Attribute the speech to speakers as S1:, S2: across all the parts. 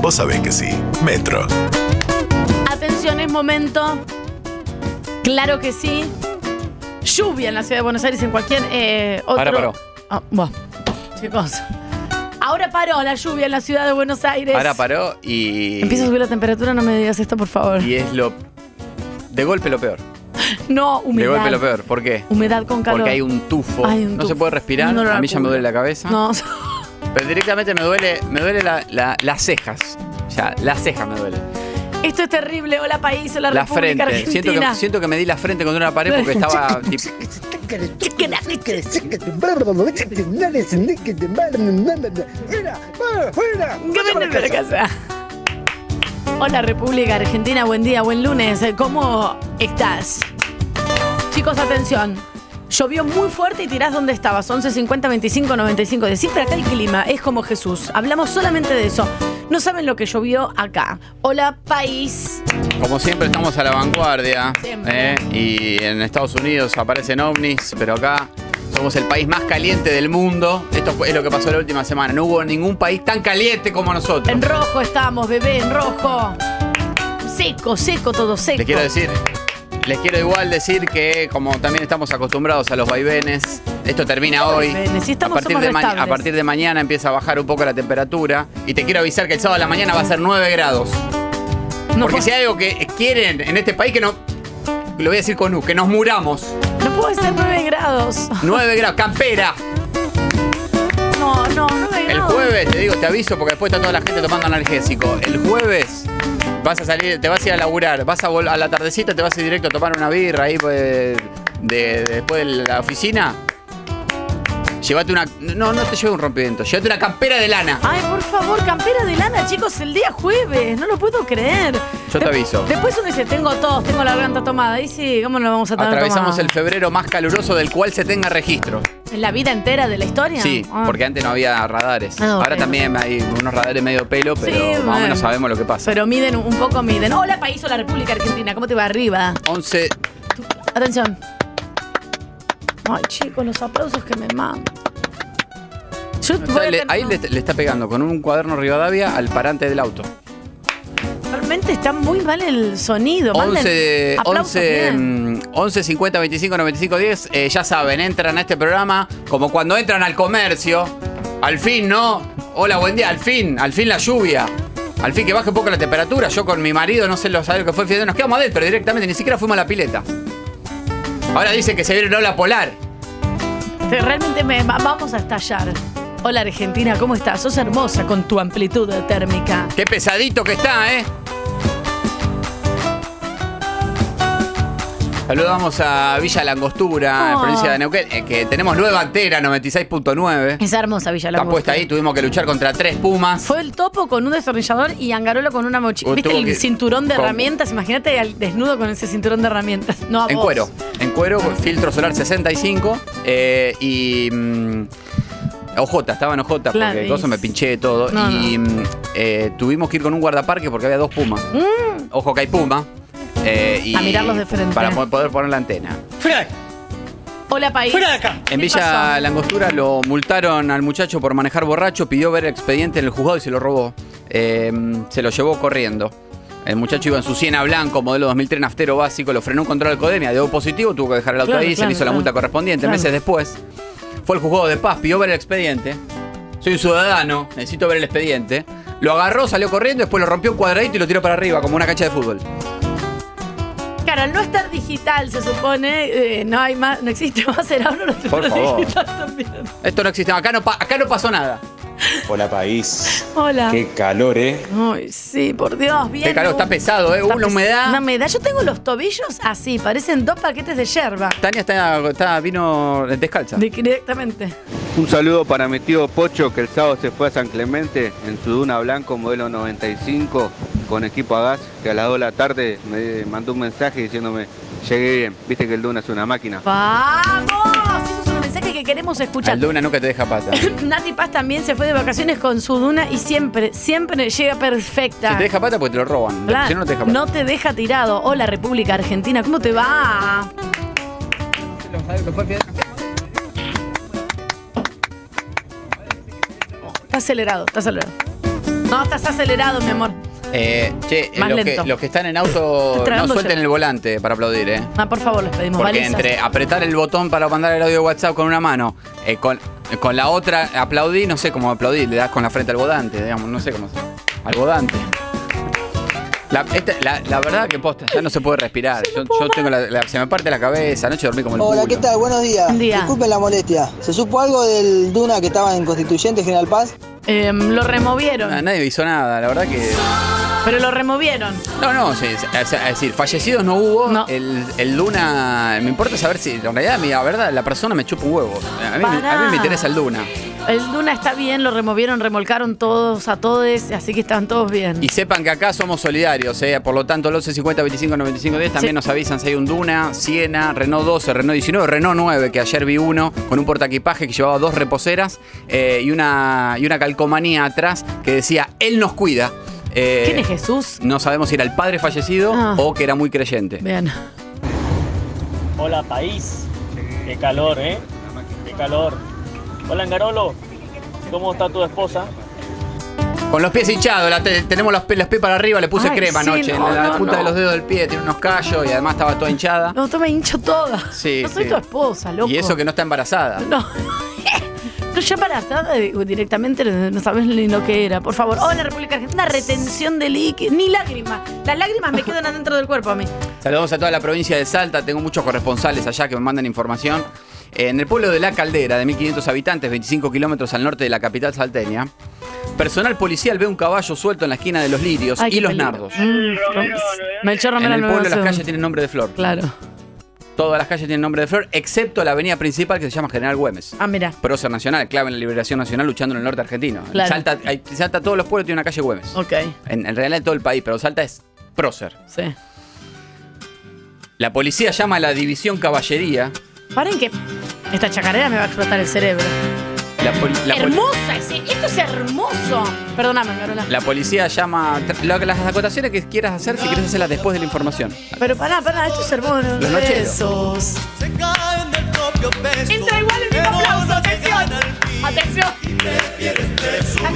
S1: Vos sabés que sí. Metro.
S2: Atención, es momento. Claro que sí. Lluvia en la ciudad de Buenos Aires, en cualquier eh, otro.
S3: Ahora paró.
S2: Ah, bueno, chicos. Ahora paró la lluvia en la ciudad de Buenos Aires.
S3: Ahora paró y.
S2: Empieza a subir la temperatura, no me digas esto, por favor.
S3: Y es lo. De golpe lo peor.
S2: No, humedad.
S3: De golpe lo peor. ¿Por qué?
S2: Humedad con calor.
S3: Porque hay un tufo.
S2: Hay un
S3: no se
S2: tufo.
S3: puede respirar.
S2: Un olor
S3: a mí
S2: a
S3: ya me
S2: culo.
S3: duele la cabeza.
S2: No,
S3: Pero directamente me duele, me duele la- la- las cejas. O sea, las cejas me duelen.
S2: esto es terrible. Hola, país. Hola,
S3: la frente.
S2: República
S3: Siento
S2: Argentina.
S3: que, siento que me di la frente contra una pared porque estaba. tipo,
S2: ¿Qué venden de la casa? Hola República Argentina, buen día, buen lunes. Eh, ¿Cómo estás? Chicos, atención. Llovió muy fuerte y tirás donde estabas. 11, 50, 25, 95. De siempre acá el clima es como Jesús. Hablamos solamente de eso. No saben lo que llovió acá. Hola, país.
S3: Como siempre estamos a la vanguardia.
S2: Siempre.
S3: ¿eh? Y en Estados Unidos aparecen ovnis, pero acá somos el país más caliente del mundo. Esto fue- es lo que pasó la última semana. No hubo ningún país tan caliente como nosotros.
S2: En rojo estamos, bebé, en rojo. Seco, seco, todo seco.
S3: Les quiero decir, les quiero igual decir que como también estamos acostumbrados a los vaivenes, esto termina hoy.
S2: vaivenes? Si estamos-
S3: a, partir
S2: somos
S3: de ma- a
S2: restables.
S3: partir de mañana empieza a bajar un poco la temperatura. Y te quiero avisar que el sábado a la mañana va a ser 9 grados.
S2: No,
S3: Porque
S2: puedo-
S3: si hay algo que quieren en este país que no. Lo voy a decir con U, que nos muramos.
S2: no puede ser 9 grados.
S3: 9 grados, campera.
S2: No, no, 9 grados.
S3: El jueves, te digo, te aviso porque después está toda la gente tomando analgésico. El jueves vas a salir, te vas a ir a laburar, vas a, vol- a la tardecita, te vas a ir directo a tomar una birra ahí pues, de- de- después de la oficina. Llévate una. No, no te lleves un rompimiento, llévate una campera de lana.
S2: Ay, por favor, campera de lana, chicos, el día jueves, no lo puedo creer.
S3: Yo te
S2: Dep-
S3: aviso.
S2: Después uno dice, tengo tos, tengo la garganta tomada. Y sí, ¿cómo no la vamos a tener
S3: Atravesamos
S2: tomada?
S3: el febrero más caluroso del cual se tenga registro.
S2: ¿La vida entera de la historia?
S3: Sí,
S2: Ah.
S3: porque antes no había radares.
S2: Ah, ok.
S3: Ahora también hay unos radares medio pelo, pero
S2: Sí,
S3: más
S2: bueno.
S3: o menos sabemos lo que pasa.
S2: Pero miden, un poco miden. Hola, país, hola, República Argentina, ¿cómo te va arriba?
S3: 11,
S2: Atención. Ay, chicos, los aplausos que me mandan. Yo
S3: O
S2: voy
S3: sea,
S2: a
S3: le-
S2: tener-
S3: ahí le, le está pegando con un cuaderno Rivadavia al parante del auto.
S2: Realmente está muy mal el sonido. Manden
S3: 11,
S2: aplausos
S3: 11,
S2: bien.
S3: mm, 11 50 25 95 10. eh, ya saben, entran a este programa como cuando entran al comercio. Al fin, ¿no? Hola, buen día. Al fin, al fin la lluvia. Al fin que baje un poco la temperatura. Yo con mi marido no sé lo saber que fue el fin de Nos quedamos adentro directamente. Ni siquiera fuimos a la pileta. Ahora dice que se viene una ola polar.
S2: Te- Realmente me va- vamos a estallar. Hola Argentina, ¿cómo estás? Sos hermosa con tu amplitud térmica.
S3: Qué pesadito que está, ¿eh? Saludamos a Villa Langostura, en
S2: Oh.
S3: provincia de Neuquén, eh, que tenemos nueva antena, 96.9.
S2: Es hermosa Villa
S3: Está
S2: Langostura.
S3: puesta ahí, tuvimos que luchar contra tres pumas.
S2: Fue el topo con un destornillador y Angarolo con una mochila.
S3: O
S2: ¿Viste
S3: tuvo
S2: el
S3: Uh, que-
S2: cinturón de
S3: con-
S2: herramientas? Imagínate al desnudo con ese cinturón de herramientas. No, a
S3: En
S2: vos.
S3: cuero, en cuero, con filtro solar 65 eh, y... mm, Ojota, estaba en Ojota porque
S2: Claro,
S3: el coso
S2: y-
S3: me pinché de todo.
S2: No,
S3: y mm, eh, tuvimos que ir con un guardaparque porque había dos pumas. Ojo que hay puma. eh, y
S2: Mm. A mirarlos de frente.
S3: Para po- poder poner la antena.
S2: Hola país.
S4: Fuera de acá.
S3: En
S2: ¿Qué
S3: Villa
S2: pasó?
S3: Langostura lo multaron al muchacho por manejar borracho, pidió ver el expediente en el juzgado y se lo robó. Eh, se lo llevó corriendo. El muchacho iba en su Siena blanco, modelo 2003 naftero básico, lo frenó un control de alcoholemia, dio positivo, tuvo que dejar el auto
S2: Claro,
S3: ahí, se
S2: claro,
S3: le hizo la
S2: claro.
S3: multa correspondiente.
S2: Claro.
S3: Meses después, fue al juzgado de paz, pidió ver el expediente. Soy un ciudadano, necesito ver el expediente. Lo agarró, salió corriendo, después lo rompió un cuadradito y lo tiró para arriba, como una cancha de fútbol.
S2: Claro, al no estar digital se supone, eh, no hay más, no existe más el ahora lo
S3: Por
S2: tengo
S3: favor.
S2: digital también.
S3: Esto no existe, acá no, pa- acá no pasó nada.
S5: Hola país,
S2: Hola.
S5: qué calor, eh.
S2: Ay, sí, por Dios, bien.
S3: Qué calor, está pesado, ¿eh?
S2: Está
S3: Una
S2: pes-
S3: humedad.
S2: Una humedad. Yo tengo los tobillos así, parecen dos paquetes de yerba.
S3: Tania está, está- vino descalza.
S2: De- directamente.
S6: Un saludo para mi tío Pocho que el sábado se fue a San Clemente en su Duna Blanco modelo 95 con equipo a gas que a las 2 de la tarde me mandó un mensaje diciéndome llegué bien, viste que el Duna es una máquina.
S2: ¡Vamos! Eso es un mensaje que queremos escuchar.
S3: Al Duna nunca te deja pata. si
S2: Nati Paz también se fue de vacaciones con su duna y siempre, siempre llega perfecta.
S3: te deja pata, pues te lo roban.
S2: Claro,
S3: Si no, no te deja pata.
S2: no te deja tirado. Hola, República Argentina, ¿cómo te va? Está acelerado, está acelerado. No, estás acelerado, mi amor.
S3: Eh, che,
S2: Más
S3: los que,
S2: lento.
S3: los que están en auto, no
S2: tragando
S3: suelten
S2: yo.
S3: el volante para aplaudir, ¿eh?
S2: Ah, por favor, les pedimos
S3: Porque
S2: balizas.
S3: entre apretar el botón para mandar el audio de WhatsApp con una mano, eh, con, con la otra aplaudí, no sé cómo aplaudí, le das con la frente al volante, digamos, no sé cómo. se- Al volante. La, esta- la- la verdad que posta, ya no se puede respirar. Yo, yo tengo la, la- se me parte la cabeza, anoche dormí como el
S1: Hola,
S3: culo.
S1: ¿qué tal? Buenos días.
S2: Buen día.
S1: Disculpen la molestia. ¿Se supo algo del Duna que estaba en Constituyente General Paz?
S2: Em, lo removieron,
S3: Ah, Nadie hizo nada, la verdad que.
S2: pero lo removieron.
S3: No, no, sí, sí, es, es decir, fallecidos no hubo.
S2: No.
S3: El, el Luna. Me importa saber si. En realidad, mira, la verdad, la persona me chupa un huevo. A mí, me- a mí
S2: Pará.
S3: me interesa el Luna.
S2: El Duna está bien, lo removieron, remolcaron todos a todos, así que están todos bien.
S3: Y sepan que acá somos solidarios, ¿eh? por lo tanto, el 11 50 25 95 10 también
S2: Sí.
S3: nos avisan si hay un Duna, Siena, Renault 12, Renault 19, Renault 9, que ayer vi uno con un portaequipaje que llevaba dos reposeras eh, y, una, y una calcomanía atrás que decía: Él nos cuida. Eh,
S2: ¿Quién es Jesús?
S3: No sabemos si era el padre fallecido
S2: Ah.
S3: o que era muy creyente.
S2: Bien.
S4: Hola país, qué calor, ¿eh? Qué calor. Hola Angarolo, ¿cómo está tu esposa?
S3: Con los pies hinchados, la te- tenemos los, pe- los pies para arriba, le puse
S2: Ay,
S3: crema
S2: sí,
S3: anoche. en
S2: no,
S3: la
S2: no,
S3: punta
S2: no.
S3: de los dedos del pie tiene unos callos y además estaba toda hinchada.
S2: No, tú me hincho toda.
S3: Sí,
S2: No soy
S3: sí.
S2: tu esposa, loco.
S3: y eso que no está embarazada.
S2: No. No, ya embarazada eh, directamente no sabes ni lo que era. Por favor, hola República Argentina, retención de líquido, ni lágrimas. Las lágrimas me quedan adentro del cuerpo a mí.
S3: Saludamos a toda la provincia de Salta, tengo muchos corresponsales allá que me mandan información. Eh, En el pueblo de La Caldera, de 1500 habitantes, 25 kilómetros al norte de la capital salteña, personal policial ve un caballo suelto en la esquina de los lirios
S2: Ay,
S3: y
S2: qué
S3: los
S2: peligro.
S3: nardos.
S2: Mm, Melchor
S3: En
S2: Romero
S3: el
S2: no me
S3: pueblo las
S2: hace-
S3: calles tienen nombre de flor.
S2: Claro.
S3: Todas las calles tienen nombre de flor, excepto la avenida principal que se llama General Güemes.
S2: Ah, mira.
S3: prócer nacional, clave en la liberación nacional luchando en el norte argentino. En
S2: Claro.
S3: Salta, hay- Salta, todos los pueblos tienen una calle Güemes.
S2: Ok,
S3: En, en realidad en todo el país, pero Salta es prócer.
S2: sí.
S3: La policía llama a la división caballería.
S2: Paren que esta chacarera me va a explotar el cerebro.
S3: La, pol- la pol-
S2: hermosa, ese- esto es hermoso. Perdóname, Carola.
S3: la policía llama. tra- lo- las acotaciones que quieras hacer, si quieres hacerlas después de la información.
S2: Pero pará, pará, esto es hermoso.
S3: Los nocheros.
S2: Besos.
S7: Se caen del propio peso.
S2: Entra igual el mismo aplauso, atención. Atención. Atención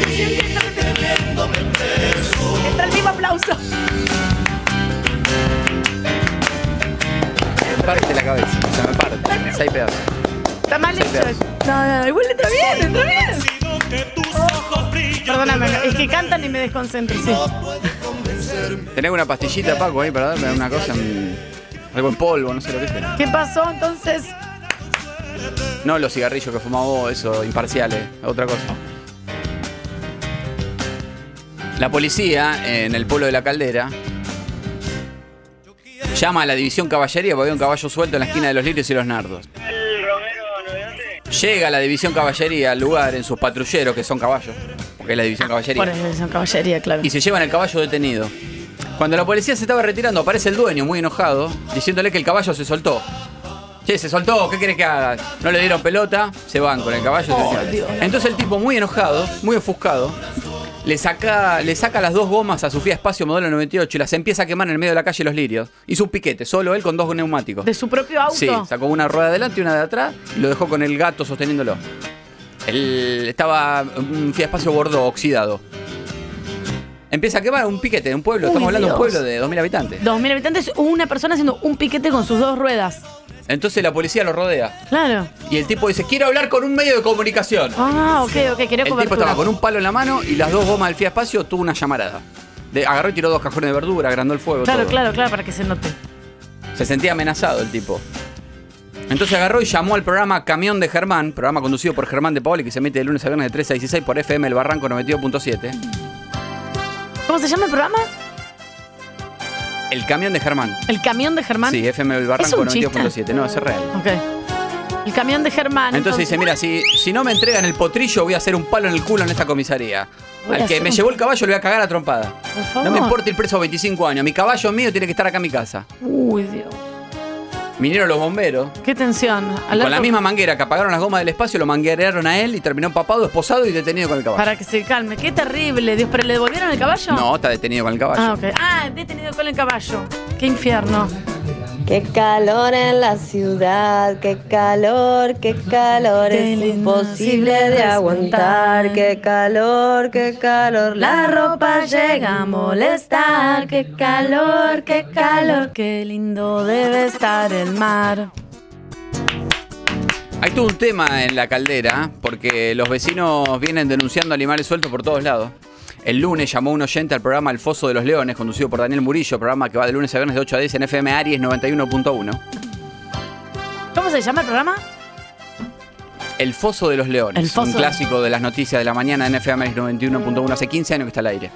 S2: que entra el mismo- Entra el mismo aplauso.
S3: Se me parte la cabeza. Se me parte. Seis pedazos.
S2: Está mal hecho. No, no, no, igual está bien, está bien. Oh.
S7: Sino que tus ojos brillan.
S2: Perdóname, es que cantan y me desconcentro, sí.
S3: ¿Tenés una pastillita, Paco, ahí para darme una cosa? en- algo en polvo, no sé lo que es.
S2: ¿Qué pasó entonces?
S3: No los cigarrillos que fumaba vos, eso, imparciales, otra cosa. La policía en el pueblo de la caldera llama a la división caballería porque había un caballo suelto en la esquina de los lirios y los nardos. Llega la división caballería al lugar en sus patrulleros, que son caballos, porque es la división
S2: Por
S3: caballería,
S2: eso, caballería, claro.
S3: y se llevan el caballo detenido. Cuando la policía se estaba retirando, aparece el dueño muy enojado, diciéndole que el caballo se soltó. Che, se soltó, ¿qué querés que haga? No le dieron pelota, se van con el caballo. y se tiran. Entonces el tipo muy enojado, muy ofuscado, le saca, le saca las dos gomas a su Fiat Espacio modelo 98 y las empieza a quemar en el medio de la calle Los Lirios. Hizo un piquete, solo él con dos neumáticos.
S2: De su propio auto.
S3: Sí, sacó una rueda adelante y una de atrás y lo dejó con el gato sosteniéndolo. El- estaba un Fiat Espacio gordo oxidado. Empieza a quemar un piquete de un pueblo,
S2: Uy,
S3: estamos hablando de un
S2: Dios.
S3: pueblo de 2.000 habitantes.
S2: 2.000 habitantes, una persona haciendo un piquete con sus dos ruedas.
S3: Entonces la policía lo rodea
S2: Claro.
S3: y el tipo dice, quiero hablar con un medio de comunicación.
S2: Ah, ok, ok, quería
S3: El tipo
S2: cobertura.
S3: estaba con un palo en la mano y las dos gomas del Fiat Espacio tuvo una llamarada. De- agarró y tiró dos cajones de verdura, agrandó el fuego.
S2: Claro,
S3: todo.
S2: claro, claro, para que se note.
S3: Se sentía amenazado el tipo. Entonces agarró y llamó al programa Camión de Germán, programa conducido por Germán de Paoli que se emite de lunes a viernes de 3 a 16 por FM El Barranco 92.7.
S2: ¿Cómo se llama el programa?
S3: El Camión de Germán.
S2: El camión de Germán.
S3: Sí, FM El
S2: ¿Es
S3: Barranco
S2: un chiste?
S3: 92.7. No, es real.
S2: Ok. El camión de Germán.
S3: Entonces dice, mira, si, si no me entregan el potrillo voy a hacer un palo en el culo en esta comisaría.
S2: Voy a
S3: Al que
S2: hacer
S3: me
S2: un-
S3: llevó el caballo le voy a cagar a trompada.
S2: Por favor.
S3: No me importa el preso 25 años. Mi caballo mío tiene que estar acá en mi casa.
S2: Uy, Dios.
S3: Vinieron los bomberos.
S2: Qué tensión.
S3: y
S2: Al
S3: con la
S2: otro-
S3: misma manguera que apagaron las gomas del espacio, lo manguerearon a él y terminó empapado, esposado y detenido con el caballo.
S2: Para que se calme. Qué terrible, Dios. ¿Pero le devolvieron el caballo?
S3: No, está detenido con el caballo.
S2: Ah, ok. Ah, detenido con el caballo. Qué infierno.
S8: Qué calor en la ciudad, qué calor, qué calor, es
S2: Tele no
S8: imposible
S2: sirve
S8: de aguantar,
S2: respirar.
S8: qué calor, qué calor, la ropa llega a molestar, qué calor, qué calor.
S2: Qué lindo debe estar el mar.
S3: Hay todo un tema en la caldera, porque los vecinos vienen denunciando animales sueltos por todos lados. El lunes llamó un oyente al programa El Foso de los Leones, conducido por Daniel Murillo, programa que va de lunes a viernes de 8 a 10 en FM Aries 91.1.
S2: ¿Cómo se llama el programa?
S3: El Foso de los Leones,
S2: El Foso
S3: un
S2: de-
S3: clásico de las noticias de la mañana en FM Aries 91.1, hace 15 años que está al aire.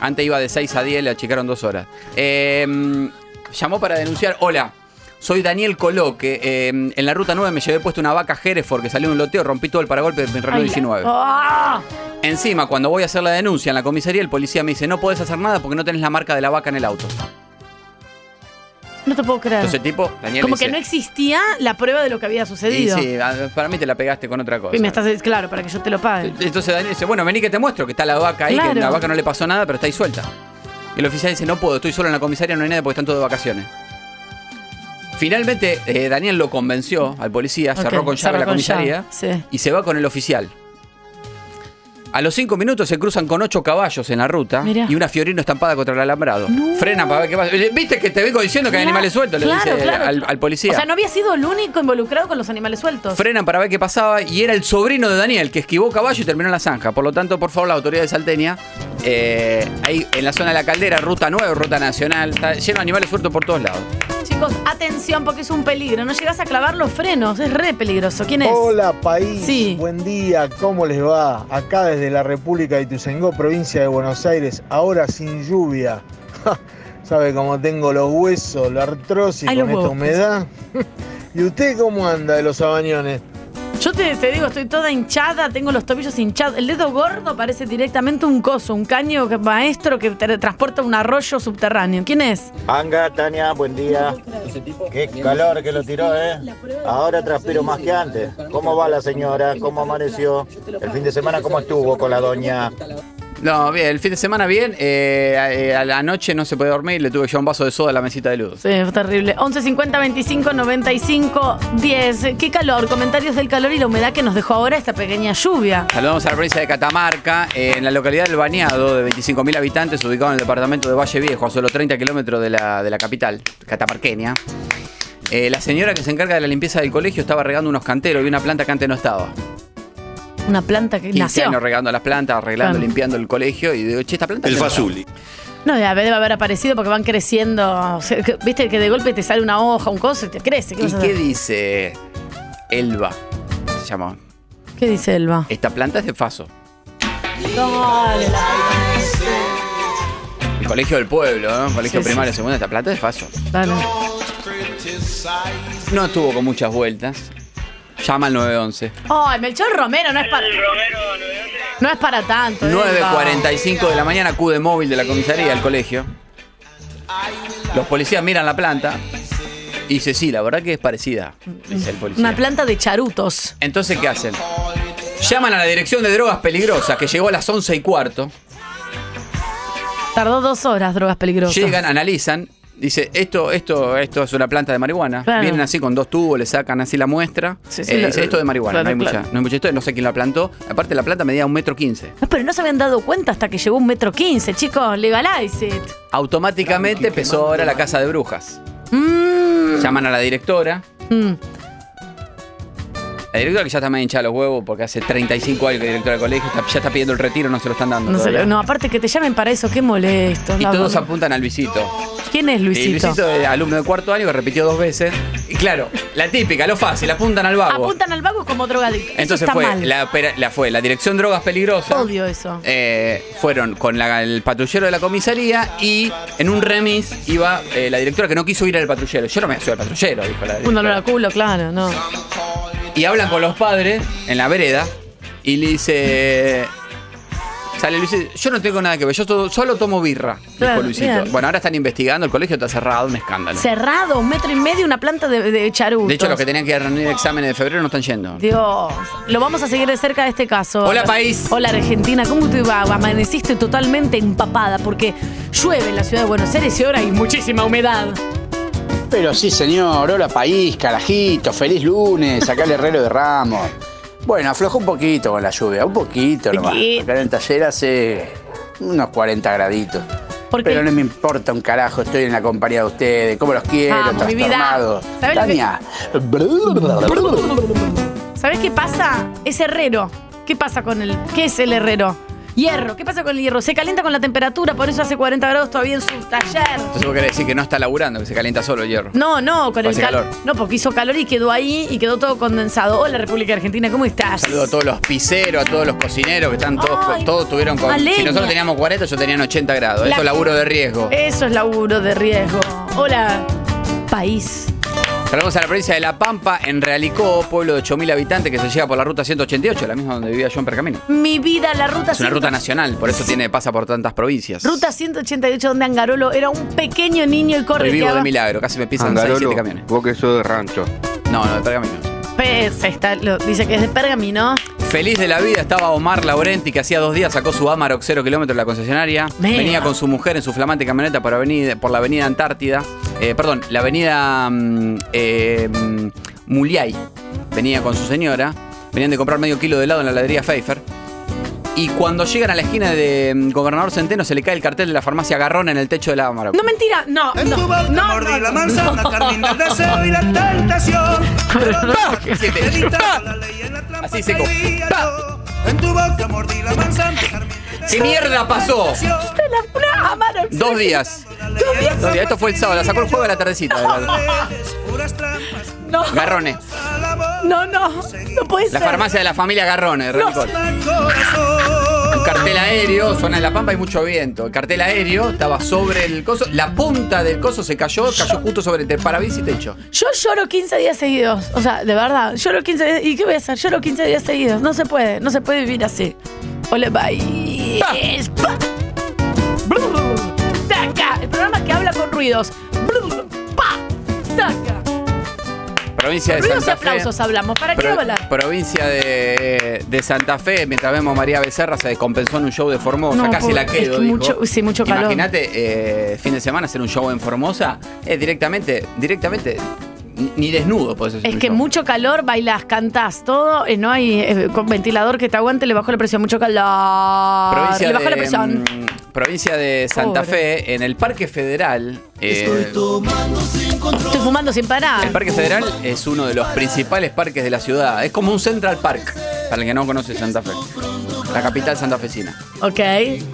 S3: Antes iba de 6 a 10, le achicaron dos horas. Eh, llamó para denunciar, hola. Soy Daniel Coloque. eh, en la ruta 9 me llevé puesto una vaca Hereford que salió de un loteo, rompí todo el paragolpe de mi Renault
S2: Ay,
S3: 19.
S2: ¡Ah!
S3: Encima, cuando voy a hacer la denuncia en la comisaría, el policía me dice, no podés hacer nada porque no tenés la marca de la vaca en el auto.
S2: Ah. no te puedo creer.
S3: Entonces, tipo, Daniel
S2: Como
S3: dice,
S2: que no existía la prueba de lo que había
S3: y
S2: sucedido.
S3: sí, a- para mí te la pegaste con otra cosa.
S2: y me estás claro para que yo te lo pague.
S3: Eh, Entonces Daniel dice, bueno, vení que te muestro que está la vaca ahí, que
S2: Claro.
S3: la vaca no le pasó nada, pero está ahí suelta. Y el oficial dice, no puedo, estoy solo en la comisaría, no hay nadie porque están todos de vacaciones. Finalmente, eh, Daniel lo convenció al policía, cerró
S2: Ok,
S3: con llave la
S2: con llave,
S3: comisaría.
S2: Sí.
S3: y se va con el oficial. A los cinco minutos se cruzan con ocho caballos en la ruta
S2: Mirá.
S3: y una fiorino estampada contra el alambrado.
S2: No.
S3: Frena para ver qué pasa. Eh, Viste que te vengo diciendo que hay
S2: Claro,
S3: animales sueltos, le
S2: claro,
S3: dice
S2: claro.
S3: al, al policía.
S2: O sea, no había sido el único involucrado con los animales sueltos.
S3: Frenan para ver qué pasaba y era el sobrino de Daniel que esquivó caballo y terminó en la zanja. Por lo tanto, por favor, la autoridad de Salteña, eh, ahí en la zona de la caldera, ruta 9, ruta nacional, está lleno de animales sueltos por todos lados.
S2: Chicos, atención porque es un peligro. No llegas a clavar los frenos, es re peligroso. ¿Quién es?
S9: Hola país,
S2: Sí.
S9: buen día, ¿cómo les va? Acá desde la República de Ituzaingó, provincia de Buenos Aires, ahora sin lluvia. Ja, ¿Sabe cómo tengo los huesos, la artrosis
S2: Ay,
S9: con
S2: los
S9: esta
S2: huevos.
S9: humedad? ¿Y usted cómo anda de los abañones?
S2: Yo te, te digo, estoy toda hinchada, tengo los tobillos hinchados. El dedo gordo parece directamente un coso, un caño que- maestro que tra- transporta un arroyo subterráneo. ¿Quién es?
S9: Anga, Tania, buen día. Qué calor que lo tiró, ¿eh? Ahora transpiro más que antes. ¿Cómo va la señora? ¿Cómo amaneció? ¿El fin de semana cómo estuvo con la doña?
S3: No, bien, el fin de semana bien, eh, a, eh, a la noche no se puede dormir, le tuve que llevar un vaso de soda a la mesita de luz.
S2: Sí, fue terrible. 11 50 25 95 10. Qué calor. Comentarios del calor y la humedad que nos dejó ahora esta pequeña lluvia.
S3: Saludamos a la provincia de Catamarca, eh, en la localidad del Bañado, de 25.000 habitantes, ubicado en el departamento de Valle Viejo, a solo 30 kilómetros de la, de la capital catamarqueña. Eh, la señora que se encarga de la limpieza del colegio estaba regando unos canteros y una planta que antes no estaba.
S2: Una planta que
S3: 15
S2: nació.
S3: años regando las plantas, arreglando,
S2: Claro.
S3: limpiando el colegio y digo, che, esta planta.
S7: El
S3: que no
S7: Fazuli.
S2: No, debe haber debe haber aparecido porque van creciendo. O sea, que- Viste que de golpe te sale una hoja, un coso y te crece. ¿Qué, vas a
S3: está". ¿Y qué
S2: hacer?
S3: dice Elba? Se llamó.
S2: ¿Qué dice Elba?
S3: Esta planta es de Faso. El colegio del pueblo, ¿no? Colegio
S2: Sí, sí,
S3: primario,
S2: sí.
S3: segundo, esta planta es de Faso.
S2: Dale.
S3: No estuvo con muchas vueltas. Llama al 911.
S2: Ay, Melchor Romero no es para. No es para tanto. Elba.
S3: 9.45 de la mañana acude móvil de la comisaría al colegio. Los policías miran la planta y dice, sí, la verdad que es parecida, dice el policía.
S2: Una planta de charutos.
S3: Entonces, ¿qué hacen? Llaman a la dirección de drogas peligrosas, que llegó a las 11 y cuarto.
S2: Tardó dos horas, drogas peligrosas.
S3: Llegan, analizan, dice, esto, esto, esto es una planta de marihuana.
S2: Claro.
S3: Vienen así con dos tubos, le sacan así la muestra.
S2: Sí, sí,
S3: Eh,
S2: la-
S3: dice, esto es de marihuana,
S2: claro,
S3: no, hay
S2: claro.
S3: mucha, no hay mucha historia, no sé quién la plantó. Aparte la planta medía un metro quince.
S2: No, Ah, pero no se habían dado cuenta hasta que llegó un metro quince, chicos. Legalize it.
S3: Automáticamente empezó ahora la casa de brujas.
S2: Mm.
S3: Llaman a la directora.
S2: Mm.
S3: La directora que ya está más hinchada los huevos porque hace 35 años que es directora del colegio, está- ya está pidiendo el retiro, no se lo están dando.
S2: No, sé,
S3: todavía.
S2: no, aparte que te llamen para eso, qué molesto.
S3: Y
S2: La-
S3: todos apuntan al Luisito.
S2: ¿Quién es
S3: Y
S2: Luisito?
S3: Luisito, eh, alumno de cuarto año, que repitió dos veces. Y claro, la típica, lo fácil, apuntan al vago.
S2: Apuntan al vago como drogadicto. Eso
S3: Entonces
S2: está
S3: fue
S2: mal.
S3: la, opera- la fue la dirección drogas peligrosas.
S2: Odio eso.
S3: Eh, fueron con la- el patrullero de la comisaría y en un remis iba eh, la directora que no quiso ir al patrullero. Yo no me soy al patrullero, dijo la
S2: Un
S3: directora.
S2: dolor al culo, claro, no.
S3: Y hablan con los padres en la vereda y le dice. Sale Luisito, yo no tengo nada que ver, yo to- solo tomo birra, dijo
S2: Claro,
S3: Luisito.
S2: bien.
S3: Bueno, ahora están investigando, el colegio está cerrado, un escándalo.
S2: Cerrado, un metro y medio, una planta de, de charutos.
S3: De hecho, los que tenían que rendir exámenes de febrero no están yendo.
S2: Dios, lo vamos a seguir de cerca de este caso.
S3: Hola, país.
S2: Hola Argentina, ¿cómo te va? Amaneciste totalmente empapada porque llueve en la ciudad de Buenos Aires y ahora hay muchísima humedad.
S10: Pero sí, señor. Hola, país, carajito. Feliz lunes. Acá el herrero de Ramos. Bueno, aflojó un poquito con la lluvia. Un poquito nomás. Acá en el taller hace unos 40 graditos. Pero no me importa un carajo. Estoy en la compañía de ustedes. ¿Cómo los quiero?
S2: Vamos, Ah, mi vida.
S10: trastornados.
S2: ¿Sabés lo que-
S10: Tania.
S2: ¿Sabes qué pasa? Es herrero. ¿Qué pasa con el. ¿Qué es el herrero? Hierro. ¿Qué pasa con el hierro? Se calienta con la temperatura, por eso hace 40 grados todavía en su taller.
S3: Entonces vos querés decir que no está laburando, que se calienta solo el hierro.
S2: No, no, con el
S3: Hace
S2: calor.
S3: calor.
S2: No, porque hizo calor y quedó ahí y quedó todo condensado. Hola, República Argentina, ¿cómo estás?
S3: Saludo a todos los piseros, a todos los cocineros que están todos, con- todos tuvieron con.
S2: a
S3: Si
S2: leña.
S3: nosotros teníamos 40, yo tenían 80 grados.
S2: La- Eh.
S3: Eso es laburo de riesgo.
S2: Eso es laburo de riesgo. Hola, país.
S3: Saludos a la provincia de La Pampa, en Realicó, pueblo de 8.000 habitantes que se llega por la ruta 188, la misma donde vivía John Pergamino.
S2: Mi vida, la ruta
S3: Es
S2: 100
S3: una ruta nacional, por eso tiene, pasa por tantas provincias.
S2: Ruta 188, donde Angarolo era un pequeño niño y
S3: Revivo de
S2: correteaba.
S3: milagro, casi me pisan 6,
S6: Angarolo,
S3: 7 camiones.
S6: vos que sos de rancho.
S3: No, no, de Pergamino.
S2: Pues, está, lo- dice que es de Pergamino.
S3: Feliz de la vida estaba Omar Laurenti, que hacía dos días sacó su Amarok 0 kilómetros de la concesionaria.
S2: Mega.
S3: Venía con su mujer en su flamante camioneta por, avenida- por la avenida Antártida. Eh, perdón, la avenida mm, eh, mm, Muliay. Venía con su señora. Venían de comprar medio kilo de helado en la heladería Pfeiffer. Y cuando llegan a la esquina de mm, Gobernador Centeno, se le cae el cartel de la farmacia Garrón en el techo de la Amarok.
S2: No, mentira, no. no, no, no,
S7: la
S2: no,
S7: manzana,
S2: no.
S7: carmín del deseo y la tentación.
S3: Siete. Así seco.
S7: En tu boca mordí la manzana, carmín del
S3: ¿Qué mierda pasó?
S2: Usted la- una Amarok.
S3: Dos días. Dos días. Esto fue el sábado, la sacó el juego de la tardecita. de la-
S7: puras trampas.
S2: No,
S3: Garrones.
S2: no, no. No puede
S3: La
S2: ser.
S3: farmacia de la familia Garrones, Renicol. Un cartel aéreo, suena en la pampa, hay mucho viento. El cartel aéreo estaba sobre el coso, la punta del coso se cayó, cayó justo sobre el parabrisas y techo.
S2: Yo lloro 15 días seguidos. O sea, de verdad, lloro 15 días. ¿Y qué voy a hacer? Lloro 15 días seguidos. No se puede, no se puede vivir así. Ole, bye. Pa. Brr. Taca. El programa que habla con ruidos. Brr. Pa. Taca.
S3: Provincia de
S2: Ruidos y
S3: Santa Fe.
S2: aplausos hablamos. ¿Para qué
S3: Pro-
S2: hablar?
S3: provincia de, de Santa Fe, mientras vemos a María Becerra, se descompensó en un show de Formosa,
S2: No,
S3: casi la
S2: pobre,
S3: quedo.
S2: es que
S3: dijo.
S2: mucho- sí, mucho calor.
S3: Imagínate, eh, fin de semana hacer un show en Formosa, es directamente, directamente, ni- ni desnudo podés hacer
S2: Es
S3: un
S2: que
S3: show.
S2: mucho calor, bailás, cantás, todo. eh, no hay eh, con ventilador que te aguante, le bajó la presión. Mucho calor.
S3: Provincia
S2: le bajó
S3: de,
S2: la presión.
S3: mm, provincia de Santa
S2: Pobre.
S3: Fe, en el Parque Federal. eh,
S2: Estoy fumando sin parar.
S3: el Parque Federal es uno de los principales parques de la ciudad. Es como un Central Park, para el que no conoce Santa Fe. La capital santafesina.
S2: Ok.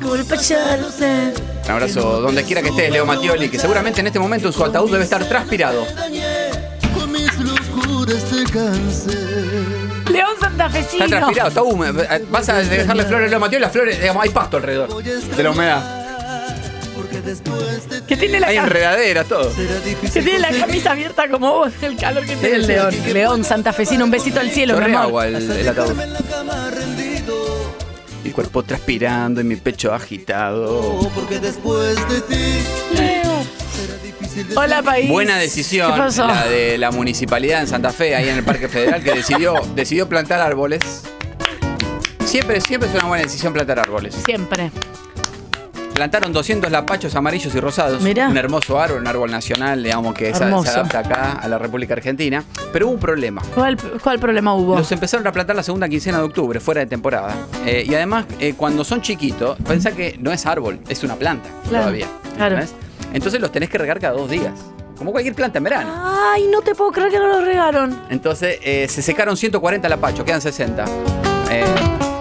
S2: Culpa ya lo sé.
S3: Un abrazo donde quiera que estés, Leo Mattioli, que seguramente en este momento en su ataúd debe estar transpirado.
S2: León
S3: Está
S2: santafesino.
S3: transpirado, está húmedo. Vas a dejarle flores a Leo Mattioli, las flores, digamos, hay pasto alrededor. De la humedad.
S2: Que tiene la,
S3: Hay
S2: ca-
S3: enredaderas, todo.
S2: que tiene la camisa abierta como vos, el calor que tiene el león. León santafesino, un besito al cielo, mi
S3: Chorrea
S2: amor.
S3: agua el, el ataúd. El cuerpo transpirando y mi pecho agitado.
S2: Hola, país.
S3: Buena decisión
S2: ¿Qué pasó?
S3: la de la municipalidad en Santa Fe, ahí en el Parque Federal, que decidió, decidió plantar árboles. Siempre, siempre es una buena decisión plantar árboles.
S2: Siempre.
S3: Plantaron 200 lapachos amarillos y rosados.
S2: Mirá.
S3: Un hermoso árbol, un árbol nacional, digamos, que se, se
S2: Hermoso.
S3: adapta acá a la República Argentina. Pero hubo un problema.
S2: ¿Cuál, cuál problema hubo?
S3: Los empezaron a plantar la segunda quincena de octubre, fuera de temporada. Eh, y además, eh, cuando son chiquitos, pensá que no es árbol, es una planta
S2: Claro,
S3: todavía.
S2: claro.
S3: ¿entendés? Entonces los tenés que regar cada dos días. Como cualquier planta en verano.
S2: Ay, no te puedo creer que no los regaron.
S3: Entonces eh, se secaron 140 lapachos, quedan 60. Eh,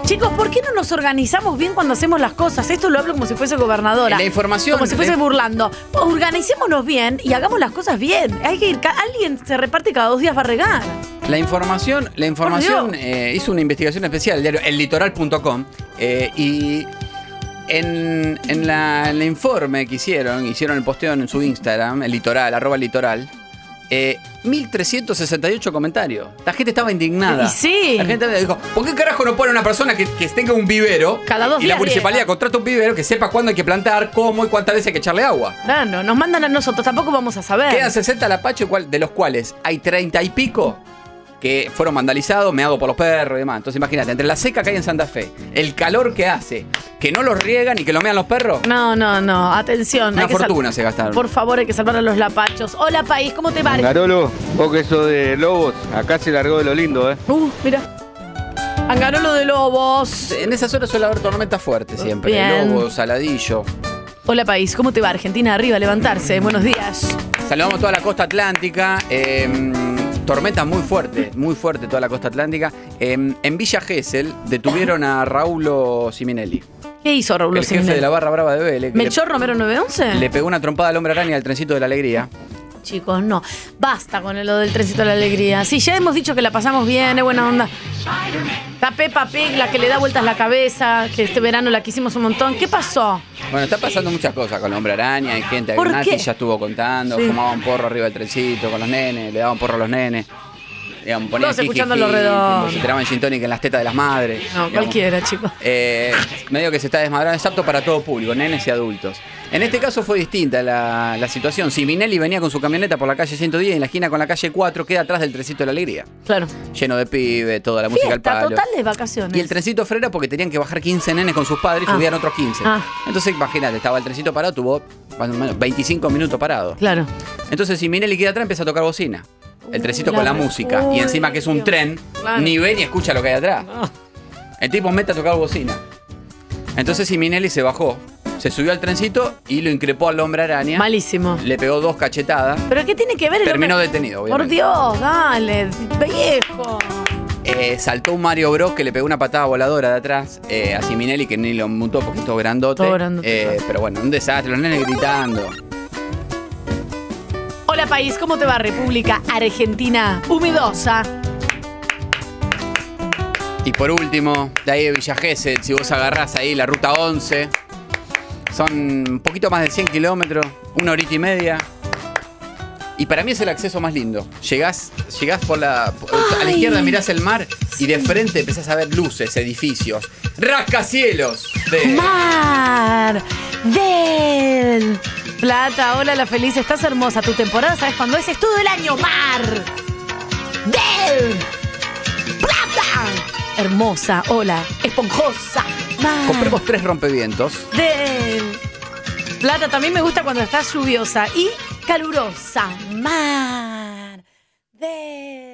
S2: Chicos, ¿por qué no nos organizamos bien cuando hacemos las cosas? Esto lo hablo como si fuese gobernadora.
S3: La información-
S2: Como si fuese
S3: la-
S2: burlando. Organicémonos bien y hagamos las cosas bien. Hay que ir. ca- Alguien se reparte cada dos días para regar.
S3: la información, la información eh, hizo una investigación especial, el diario ellitoral.com, eh, y en, en la, en el informe que hicieron, hicieron el posteo en su Instagram, el litoral, arroba litoral, eh, 1368 comentarios. La gente estaba indignada.
S2: Y sí.
S3: La gente dijo, ¿por qué carajo no pone una persona que, que tenga un vivero?
S2: Cada dos
S3: y la
S2: días
S3: municipalidad
S2: riega.
S3: contrata un vivero que sepa cuándo hay que plantar, cómo y cuántas veces hay que echarle agua.
S2: Claro, nos mandan a nosotros, tampoco vamos a saber.
S3: Quedan 60 lapachos, cual- de los cuales hay 30 y pico que fueron vandalizados, me hago por los perros y demás. Entonces imagínate, entre la seca que hay en Santa Fe, el calor que hace, que no los riegan y que lo mean los perros.
S2: No, no, no. Atención.
S3: Una
S2: hay que sal-
S3: fortuna se gastaron.
S2: Por favor, hay que salvar a los lapachos. Hola, país, ¿cómo te va?
S6: Garolo, vos que sos de Lobos, acá se largó de lo lindo, ¿eh?
S2: Uh, mira. Angarolo de Lobos.
S3: En esas horas suele haber tormentas fuertes siempre.
S2: Bien.
S3: Lobo, saladillo.
S2: Hola, país, ¿cómo te va? Argentina, arriba, levantarse. Buenos días.
S3: Saludamos toda la costa atlántica. eh, tormentas muy fuertes, muy fuerte toda la costa atlántica. Eh, en Villa Gesell detuvieron a Raulo Siminelli,
S2: ¿Qué hizo Raúl
S3: el jefe
S2: Simonelli?
S3: de la barra brava de Vélez. que le-
S2: ¿Melchor Romero 911?
S3: Le pegó una trompada al hombre araña del trencito de la alegría.
S2: Chicos, no. Basta con lo del trencito de la alegría. Sí, ya hemos dicho que la pasamos bien, es buena onda. Está Peppa Pig, la que le da vueltas la cabeza, que este verano la quisimos un montón. ¿Qué pasó?
S3: Bueno, está pasando muchas cosas con el hombre araña, hay gente,
S2: ¿Por
S3: Nati
S2: qué?
S3: ya estuvo contando,
S2: Sí.
S3: fumaban porro arriba del trencito con los nenes, le daban porro a los nenes. Digamos, ponían
S2: Todos escuchando
S3: jiji,
S2: los redondos.
S3: Se tiraban gin tonic en las tetas de las madres.
S2: No,
S3: digamos.
S2: cualquiera, chicos.
S3: Eh, medio que se está desmadrando, es apto para todo público, nenes y adultos. En este caso fue distinta la, la situación. Si Minelli venía con su camioneta por la calle 110 en la esquina con la calle 4, queda atrás del trencito de la alegría.
S2: Claro.
S3: Lleno de pibe, toda la música al
S2: Fiesta
S3: palo.
S2: total de vacaciones.
S3: Y el trencito frena porque tenían que bajar 15 nenes con sus padres y
S2: Ah.
S3: subían otros 15.
S2: Ah.
S3: Entonces, imagínate, estaba el trencito parado, tuvo más o menos 25 minutos parado.
S2: Claro.
S3: Entonces, si Minelli queda atrás, empieza a tocar bocina. El trencito
S2: la
S3: con la
S2: re-
S3: música.
S2: Uy,
S3: y encima que es un
S2: Dios.
S3: tren,
S2: Claro. Ah.
S3: ni ve ni escucha lo que hay atrás. El tipo mete a tocar bocina. Entonces, si Minelli se bajó, se subió al trencito y lo increpó al hombre araña.
S2: Malísimo.
S3: Le pegó dos cachetadas.
S2: ¿Pero qué tiene que ver el
S3: Terminó
S2: hombre?
S3: detenido,
S2: Por
S3: obviamente.
S2: Dios, dale, viejo.
S3: Eh, saltó un Mario Bros que le pegó una patada voladora de atrás eh, a Siminelli, que ni lo mutó porque es todo grandote.
S2: Todo grandote,
S3: Eh, pero bueno, un desastre, los nenes gritando.
S2: Hola, país, ¿cómo te va, República Argentina? Humidosa.
S3: Y por último, de ahí de Villa Gesell, si vos agarrás ahí la ruta 11, son un poquito más de 100 kilómetros, una horita y media. Y para mí es el acceso más lindo. Llegás, llegás por la. por- a la
S2: Ay.
S3: izquierda mirás el mar y de frente empezás a ver luces, edificios, rascacielos. De,
S2: Mar del Plata, hola la feliz, estás hermosa. Tu temporada, ¿sabes cuándo es? Es todo el año, Mar del Plata. Hermosa, hola, esponjosa. Mar
S3: compremos tres rompevientos.
S2: del Plata, también me gusta cuando está lluviosa y calurosa. Mar del